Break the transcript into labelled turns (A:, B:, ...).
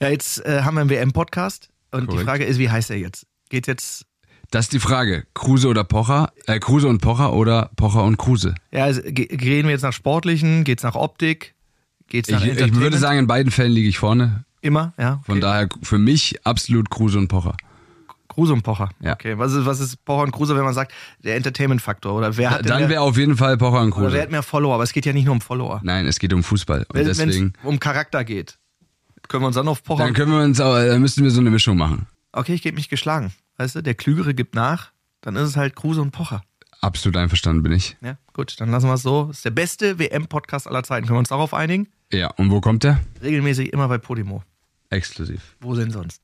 A: Ja, jetzt äh, haben wir einen WM-Podcast und die
B: Korrekt.
A: Frage ist, wie heißt er jetzt? Geht jetzt,
B: Das ist die Frage. Kruse oder Pocher? Äh, Kruse und Pocher oder Pocher und Kruse?
A: ja, also, ge- reden wir jetzt nach Sportlichen, geht's nach Optik, geht's nach
B: Ich, ich
A: Entertainment?
B: würde sagen, in beiden Fällen liege ich vorne.
A: immer, ja.
B: Von daher für mich absolut Kruse und Pocher.
A: Kruse und Pocher.
B: Ja.
A: Okay, was ist, was ist Pocher und Kruse, wenn man sagt, der Entertainment-Faktor oder wer hat denn
B: Dann
A: mehr,
B: wäre auf jeden Fall Pocher und
A: oder wer
B: Kruse.
A: hat mehr Follower? Aber es geht ja nicht nur um Follower.
B: Nein, es geht um Fußball. Und
A: Wenn es
B: deswegen,
A: um Charakter geht, können wir uns dann auf Pocher.
B: dann können wir uns, auch- dann müssten wir so eine Mischung machen.
A: okay, ich gebe mich geschlagen. Weißt du, der Klügere gibt nach, dann ist es halt Kruse und Pocher.
B: Absolut einverstanden bin ich.
A: Ja, gut, dann lassen wir es so. Ist der beste WM-Podcast aller Zeiten. Können wir uns darauf einigen?
B: Ja, und wo kommt der?
A: Regelmäßig immer bei Podimo.
B: Exklusiv.
A: Wo denn sonst?